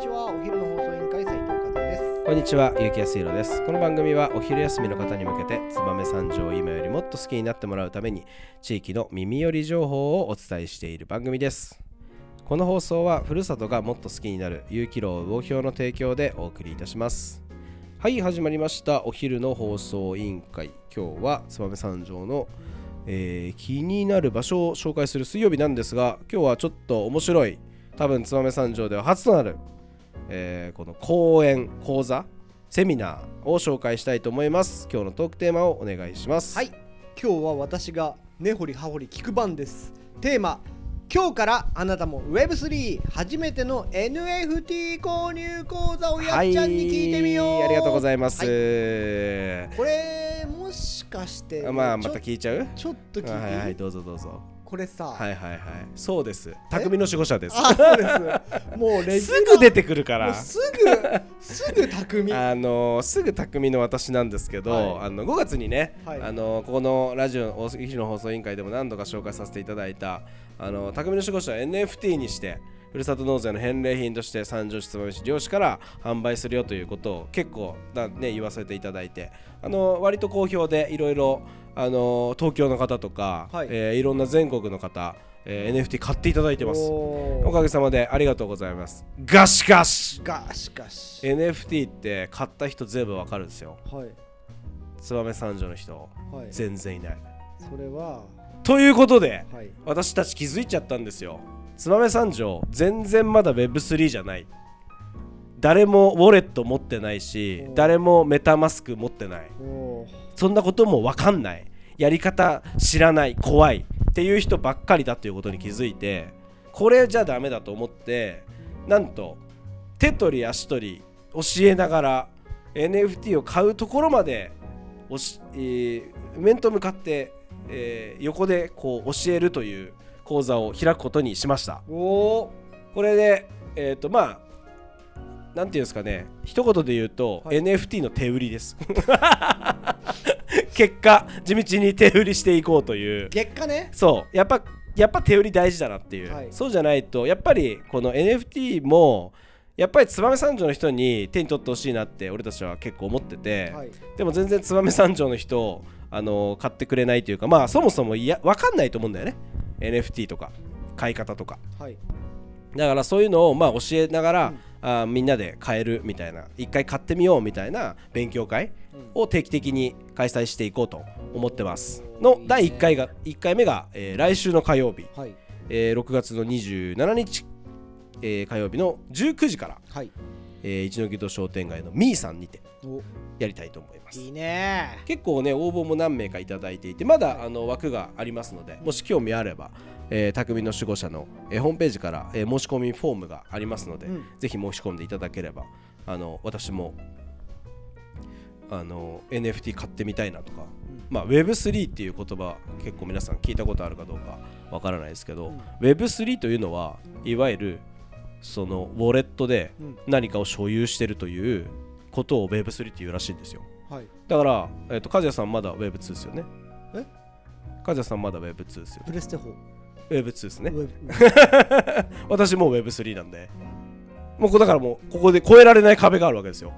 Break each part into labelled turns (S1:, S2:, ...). S1: ちはお昼の放送委員会斉藤和也です
S2: こんにちは、ゆうきやすいろです。この番組はお昼休みの方に向けて、燕三条を今よりもっと好きになってもらうために、地域の耳寄り情報をお伝えしている番組です。この放送は、ふるさとがもっと好きになる、ゆうきろう魚評の提供でお送りいたします。はい、始まりました。お昼の放送委員会。今日は、燕三条の、えー気になる場所を紹介する水曜日なんですが、今日はちょっと面白い、多分燕三条では初となる、えーこの講演、講座セミナーを紹介したいと思います。今日のトークテーマをお願いします。
S1: はい、今日は私が根掘り葉掘り聞く番ですテーマ今日からあなたも Web3 初めての NFT 購入講座をやっちゃんに聞いてみよう、
S2: はいありがとうございます。
S1: はこれもしかして、
S2: まあまた
S1: ちょ
S2: 聞いちゃう？
S1: ちょっと聞いていい、
S2: はいはいどうぞどうぞ。
S1: これさ、
S2: はいはいはい。そうです。匠の守護者です。
S1: あそうですもうレギュ
S2: すぐ出てくるか
S1: ラーもう
S2: ら。
S1: すぐすぐ 匠
S2: あのーすぐ匠の私なんですけど、
S1: はい
S2: あの5月にね、
S1: はい
S2: あのーここのラジオのお昼の放送委員会でも何度か紹介させていただいたあのー匠の守護者を NFT にしてふるさと納税の返礼品として三条市つばめ市漁師から販売するよということを結構だ、ね、言わせていただいて、あのー割と好評でいろいろ、あのー東京の方とか、
S1: はい
S2: いえーいろんな全国の方、えー NFT 買っていただいてますお
S1: おー
S2: かげさまでありがとうございますがしかし
S1: がしかし、
S2: NFT って買った人全部わかるんですよ
S1: はい
S2: 燕三条の人
S1: はい、そ
S2: 全然いない
S1: れは
S2: ということで
S1: はい
S2: 私たち気づいちゃったんですよ燕三条全然まだ Web3 じゃない誰もウォレット持ってないし
S1: お
S2: 誰もメタマスク持ってない
S1: おー
S2: そんなことも分かんないやり方知らない怖いっていう人ばっかりだということに気づいてこれじゃダメだと思ってなんと手取り足取り教えながら NFT を買うところまでおし、えー面と向かって、えー横でこう教えるという講座を開くことにしました。
S1: おー
S2: これでえっ、とまあなんていうんですかね一言で言うと、
S1: はい
S2: NFT の手売りです 結果地道に手売りしていこうという
S1: 月下ね
S2: そうやっぱやっぱ手売り大事だなっていう、
S1: はい
S2: そうじゃないとやっぱりこの NFT もやっぱり燕三条の人に手に取ってほしいなって俺たちは結構思ってて、
S1: はい
S2: でも全然燕三条の人あの買ってくれないというかまあそもそもいや分かんないと思うんだよね NFT とか買い方とか
S1: はい
S2: だからそういうのをまあ教えながら、
S1: うん
S2: あーみんなで買えるみたいな一回買ってみようみたいな勉強会を定期的に開催していこうと思ってますの第1回が1回目が、えー来週の火曜日、
S1: はい
S2: えー6月の27日、えー火曜日の19時から、
S1: はい
S2: えー一ノ木戸商店街のみーさんにて
S1: お
S2: やりたいと思います
S1: いいね
S2: 結構ね応募も何名かいただいていてまだあの枠がありますのでもし興味あれば、えー、匠の守護者の、えーホームページから、えー申し込みフォームがありますので、
S1: うん
S2: ぜひ申し込んでいただければあの私もあの NFT 買ってみたいなとか、まあ、Web3 っていう言葉結構皆さん聞いたことあるかどうかわからないですけど、
S1: うん
S2: Web3 というのはいわゆるそのウォレットで
S1: うん
S2: 何かを所有してるということを Web3 っていうらしいんですよ。
S1: はい
S2: だから、えっと和也さんまだ Web2 ですよね。
S1: え
S2: 和也さんまだ Web2 ですよ。
S1: プレステ法
S2: Web2 ですね
S1: ウ。ェブ
S2: 私もう Web3 なんで。もうこだからもうここで超えられない壁があるわけですよ。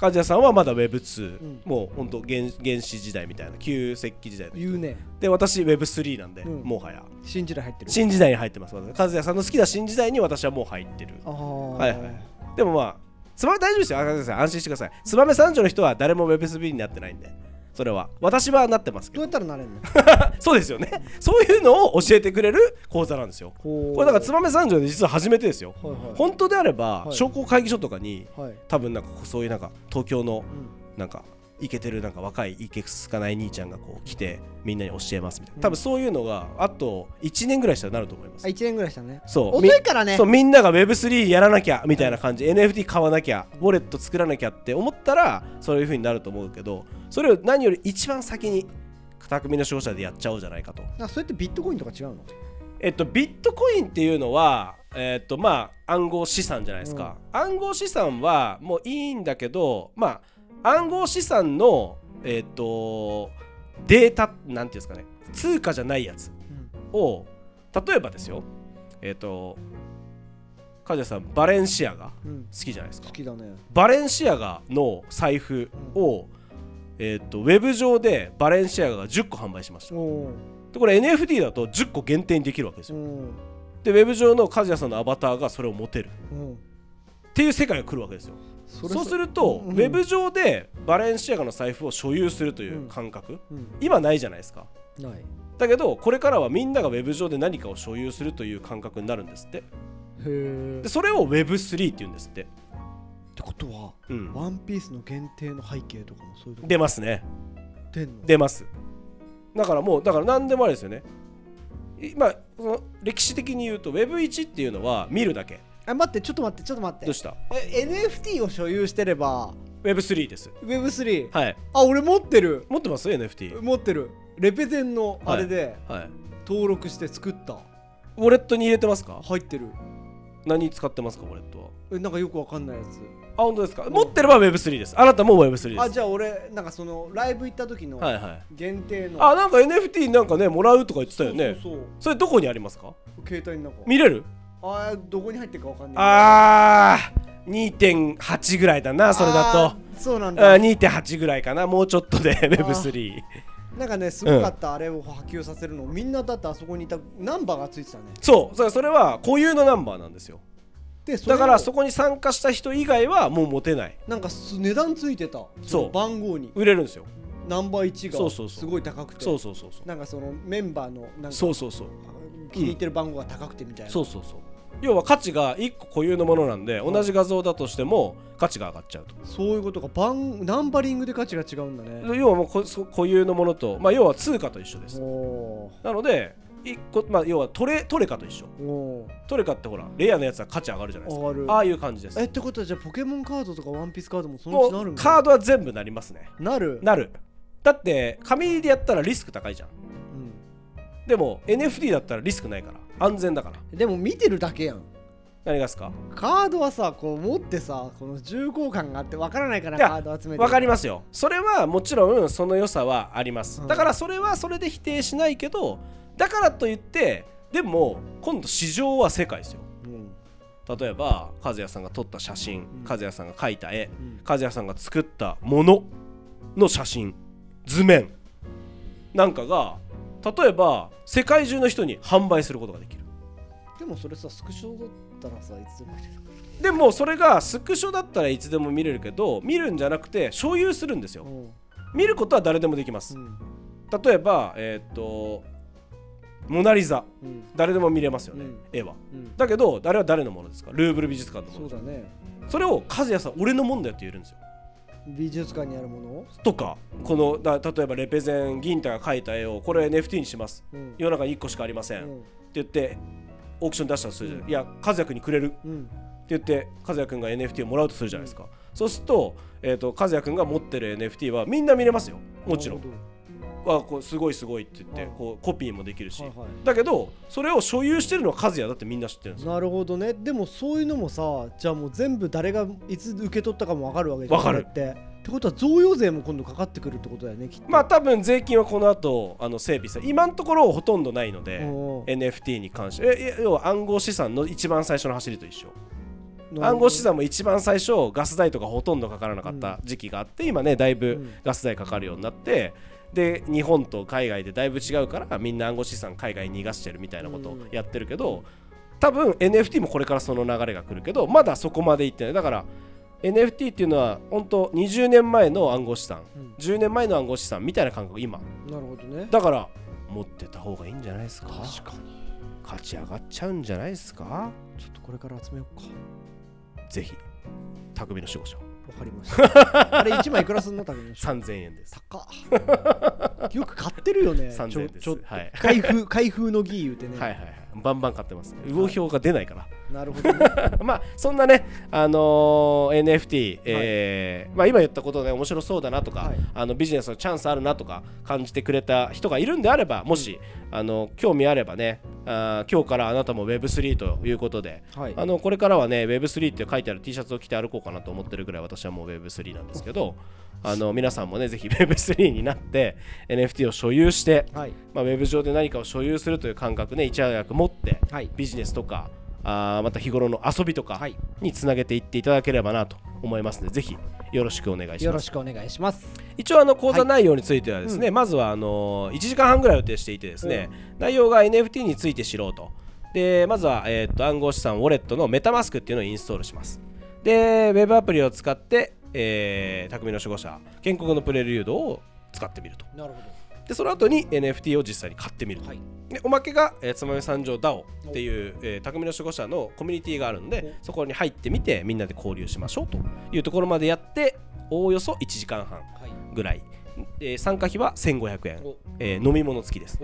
S2: 和也さんはまだ Web2、
S1: うん
S2: もうほんと原原始時代みたいな旧石器時代の
S1: 言うね
S2: で私 Web3 なんで、
S1: うん
S2: もはや
S1: 信じら入ってる
S2: 新時代に入ってます私和也さんの好きな新時代に私はもう入ってる
S1: ああ
S2: はいはいでもまあつばめ大丈夫ですよ赤瀬さん安心してくださいつばめ三条の人は誰も Web3 になってないんでそれは私はなってますけ
S1: どう
S2: ど
S1: やったらなれんの
S2: そうですよねそういうのを教えてくれる講座なんですよ
S1: こ
S2: これだからつばめ三条で実は初めてですよ
S1: はいはい
S2: 本当であれば
S1: はい
S2: 商工会議所とかに
S1: はい
S2: 多分なんかそういうなんか東京の
S1: うん
S2: なんかイケてるなんか若いイケすかない兄ちゃんがこう来てみんなに教えますみたいな多分そういうのがあと1年ぐらいしたらなると思います
S1: あ1年ぐらいしたね
S2: そう
S1: 遅いからね
S2: そうみんなが Web3 やらなきゃみたいな感じ、NFT 買わなきゃウォレット作らなきゃって思ったらそういう風になると思うけどそれを何より一番先に匠の商社でやっちゃおうじゃないかと。
S1: あそれってビットコインとか違うの
S2: えっと、ビットコインっていうのは、えっとまあ、暗号資産じゃないですか、暗号資産はもういいんだけど、まあ、暗号資産の、えっと、データなんていうんですかね通貨じゃないやつを例えばですよえっ、と和カジさんバレンシアガ好
S1: うん、
S2: きじゃないですか
S1: 好きだね
S2: バレンシアガの財布を、えー、とウェブ上でバレンシアガが10個販売しました
S1: おお
S2: でこれ NFT だと10個限定にできるわけです
S1: う
S2: よ
S1: ん
S2: でウェブ上のカジヤさんのアバターがそれを持てる
S1: うん
S2: っていう世界が来るわけですよ
S1: それ
S2: そうすると、
S1: うん
S2: ウェブ上でバレンシアガの財布を所有するという感覚、
S1: うん
S2: 今ないじゃないですか
S1: ない
S2: だけどこれからはみんながウェブ上で何かを所有するという感覚になるんですって
S1: へえ
S2: でそれを Web3 って言うんですって、
S1: ってことは
S2: うん、
S1: ワンピースの限定の背景とかもそういうとこ
S2: 出ますね
S1: 出んの
S2: 出ますだからもうだから何でもあれですよね今その歴史的に言うと Web1 っていうのは見るだけ
S1: あ待ってちょっと待ってちょっと待って
S2: どうした
S1: え NFT を所有してれば
S2: Web3 です
S1: Web3、
S2: はい
S1: あ俺持ってる
S2: 持ってます NFT
S1: 持ってるレペゼンのあれで
S2: はい
S1: 登録して作った、
S2: ウォレットに入れてますか
S1: 入ってる
S2: 何使ってますかウォレットは
S1: えなんかよくわかんないやつ
S2: あ本当ですか持ってれば Web3 ですあなたも Web3
S1: あ
S2: です
S1: じゃあ俺なんかそのライブ行った時の
S2: はいはい
S1: 限定の、
S2: あなんか NFT なんかねもらうとか言ってたよね
S1: そうそう
S2: それどこにありますか
S1: そう携帯の中
S2: 見れる
S1: あーどこに入ってるかわかんない
S2: あー2.8ぐらいだなそれだと
S1: あーそうなん
S2: あ
S1: だ
S2: 2.8ぐらいかなもうちょっとで Web3
S1: なんかねすごかった、あれを波及させるのみんなだってあそこにいたナンバーがついてたね
S2: そうそれそれは固有のナンバーなんですよ
S1: でそれ
S2: だ
S1: を
S2: からそこに参加した人以外はもう持てない
S1: なんかす値段ついてた
S2: そう
S1: 番号に
S2: 売れるんですよ
S1: ナンバー1
S2: そうそう
S1: が
S2: そう
S1: すごい高くて
S2: そうそうそうそう
S1: なんかそのメンバーのなんか
S2: そうそうそう
S1: 気に入ってる番号が高くてみたいな、
S2: そうそうそう要は価値が1個固有のものなんで同じ画像だとしても価値が上がっちゃうと
S1: そういうことか番ナンバリングで価値が違うんだね
S2: 要はもうこそ固有のものと、まあ、要は通貨と一緒です
S1: お
S2: なので一個、まあ、要はトレトレカと一緒
S1: ーおー
S2: トレカってほらレアのやつは価値上がるじゃないですか
S1: 上がる
S2: ああいう感じです
S1: えってことはじゃあポケモンカードとかワンピースカードもそのう
S2: も
S1: ちなる
S2: うんカー
S1: だ
S2: ドは全部なりますね
S1: なる
S2: なるだって紙でやったらリスク高いじゃん
S1: う
S2: でも NFT だったらリスクないから安全だから
S1: ん、でも見てるだけやん
S2: 何がですか
S1: カードはさこう持ってさこの重厚感があってわからないから
S2: いや
S1: カード集めて
S2: わか
S1: り
S2: りますよそれはもちろんその良さはありま
S1: う
S2: す
S1: ん
S2: だからそれはそれで否定しないけどだからといってでも今度市場は世界ですよ
S1: うん
S2: 例えば和也さんが撮った写
S1: う
S2: 真
S1: ん
S2: 和也さんが描いた絵
S1: うん
S2: 和也さんが作ったものの写真図面なんかが例えば世界中の人に販売することができる
S1: でもそれさスクショだったらさいつでも見れる
S2: でもそれがスクショだったらいつでも見れるけど見るんじゃなくて所有するんですよ
S1: うん
S2: 見ることは誰でもできます
S1: うん
S2: 例えばえーっと「モナ・リザ
S1: うん」
S2: 誰でも見れますよね、
S1: うん
S2: 絵は
S1: うん
S2: だけど誰は誰のものですかルーブル美術館のも
S1: そう
S2: の
S1: だね
S2: それを和也さん俺のもんだよって言えるんですよ
S1: 美術館にあるものを
S2: とかこのだ例えばレペゼン銀太が描いた絵をこれ NFT にします
S1: うん
S2: 世の中に1個しかありません、
S1: う
S2: って
S1: ん
S2: 言ってオークション出したとするじゃない、
S1: うん
S2: いや和也君にくれる
S1: うん
S2: って言って和也くんが NFT をもらうとするじゃないですか、そうすると,、えー、と和也くんが持ってる NFT はみんな見れますよもちろん
S1: なる
S2: あこうすごいすごいって言って
S1: うん
S2: こうコピーもできるし、
S1: ほどはいは
S2: だけどそれを所有してるのは和也だってみんな知ってるんで
S1: い
S2: すよ
S1: なるほどねでもそういうのもさじゃあもう全部誰がいつ受け取ったかもわかるわけじゃん
S2: わかる
S1: それってってことは贈与税も今度かかってくるってことだよねきっと
S2: まあ多分税金はこの後あの整備され今のところほとんどないので、
S1: うん
S2: NFT に関してええ要は暗号資産の一番最初の走りと一緒
S1: なるほ
S2: 暗
S1: ど
S2: 号資産も一番最初ガス代とかほとんどかからなかった時期があって今ねだいぶガス代かかるようになってで日本と海外でだいぶ違うからみんな暗号資産海外に逃がしてるみたいなことを
S1: うん
S2: やってるけど多分 NFT もこれからその流れが来るけどまだそこまでいってないだから NFT っていうのは本当20年前の暗号資産
S1: うん
S2: 10年前の暗号資産みたいな感覚今
S1: なるほどね
S2: だから持ってた方がいいんじゃないですか
S1: かに
S2: 価値上がっちゃうんじゃないですか
S1: ちょっとこれから集めようか
S2: ぜひ匠の守護者
S1: わかりま した。あれ1枚いくらすんの匠の人
S2: 3000円です
S1: 高っ。よく買ってるよね。
S2: 3000
S1: ちょ
S2: です
S1: ちょ
S2: はい
S1: 開封開封の儀言うてね。
S2: はいはいはいバンバン買ってます魚票が出ないから、
S1: なるほど、ね。
S2: まあそんなねあのー NFT、えーまあ、今言ったことね面白そうだなとか、
S1: はい
S2: あのビジネスのチャンスあるなとか感じてくれた人がいるんであればもし、あの興味あればねあー今日からあなたも Web3 ということで
S1: はい。
S2: あのこれからはね Web3 って書いてある T シャツを着て歩こうかなと思ってるぐらい私はもう Web3 なんですけどあの皆さんもねぜひ Web3 になって NFT を所有して
S1: はい。
S2: まあ、ウェブ上で何かを所有するという感覚ねいち早く持って
S1: はい
S2: ビジネスとかあーまた日頃の遊びとか
S1: はい
S2: につなげていっていただければなと思いますので、ぜひよろしくお願いします。
S1: よろしくお願いします。
S2: 一応あの講座内容についてはですね、まずはあの1時間半ぐらい予定していてですね、内容が NFT について知ろうとでまずは、えー、と暗号資産ウォレットのメタマスクっていうのをインストールしますでウェブアプリを使って、えー、匠の守護者建国のプレリュードを使ってみると
S1: なるほ
S2: でその後に NFT を実際に買ってみると、
S1: はい
S2: でおまけが、えー、つまみ三条 DAO っていう、えー、匠の守護者のコミュニティがあるのでそこに入ってみてみんなで交流しましょうというところまでやっておおよそ1時間半
S1: ど。はい。
S2: ぐらい、えー参加費は1500円
S1: お、
S2: えー飲み物付きです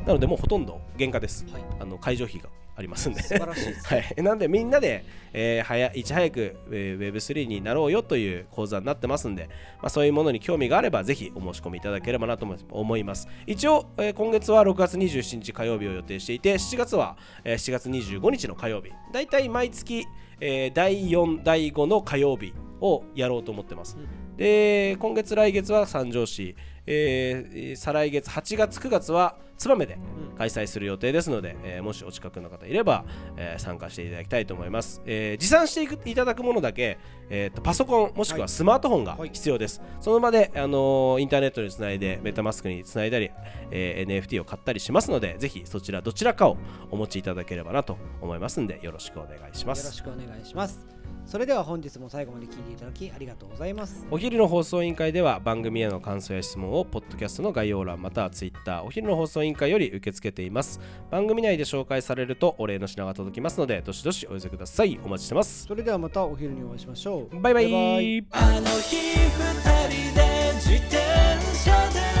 S1: お
S2: なのでもうほとんど原価です、
S1: はい
S2: あの会場費があります んで
S1: 素晴らしいです。
S2: はい、なんでみんなで、えー早いち早く、えー Web3 になろうよという講座になってますんで、まあ、そういうものに興味があればぜひお申し込みいただければなと思い思います一応、えー今月は6月27日火曜日を予定していて7月は、えー7月25日の火曜日だいたい毎月、えー第4第5の火曜日をやろうと思ってます、で今月来月は三条市、えーえー再来月8月9月は燕で開催する予定ですので、えーもしお近くの方いれば、えー参加していただきたいと思います、えー持参していくいただくものだけ、えーとパソコンもしくはスマートフォンが
S1: はい
S2: 必要です、その場で、あのーインターネットにつないでメタマスクにつないだり、えー NFT を買ったりしますのでぜひそちらどちらかをお持ちいただければなと思いますのでよろしくお願いしま
S1: よろ
S2: す
S1: しくお願いします。それでは本日も最後まで聞いていただきありがとうございます。
S2: お昼の放送委員会では番組への感想や質問をポッドキャストの概要欄またはツイッターお昼の放送委員会より受け付けています番組内で紹介されるとお礼の品が届きますのでどしどしお寄せくださいお待ちしてます
S1: それではまたお昼にお会いしましょう。
S2: バイバイ
S3: あの日二人で自転車で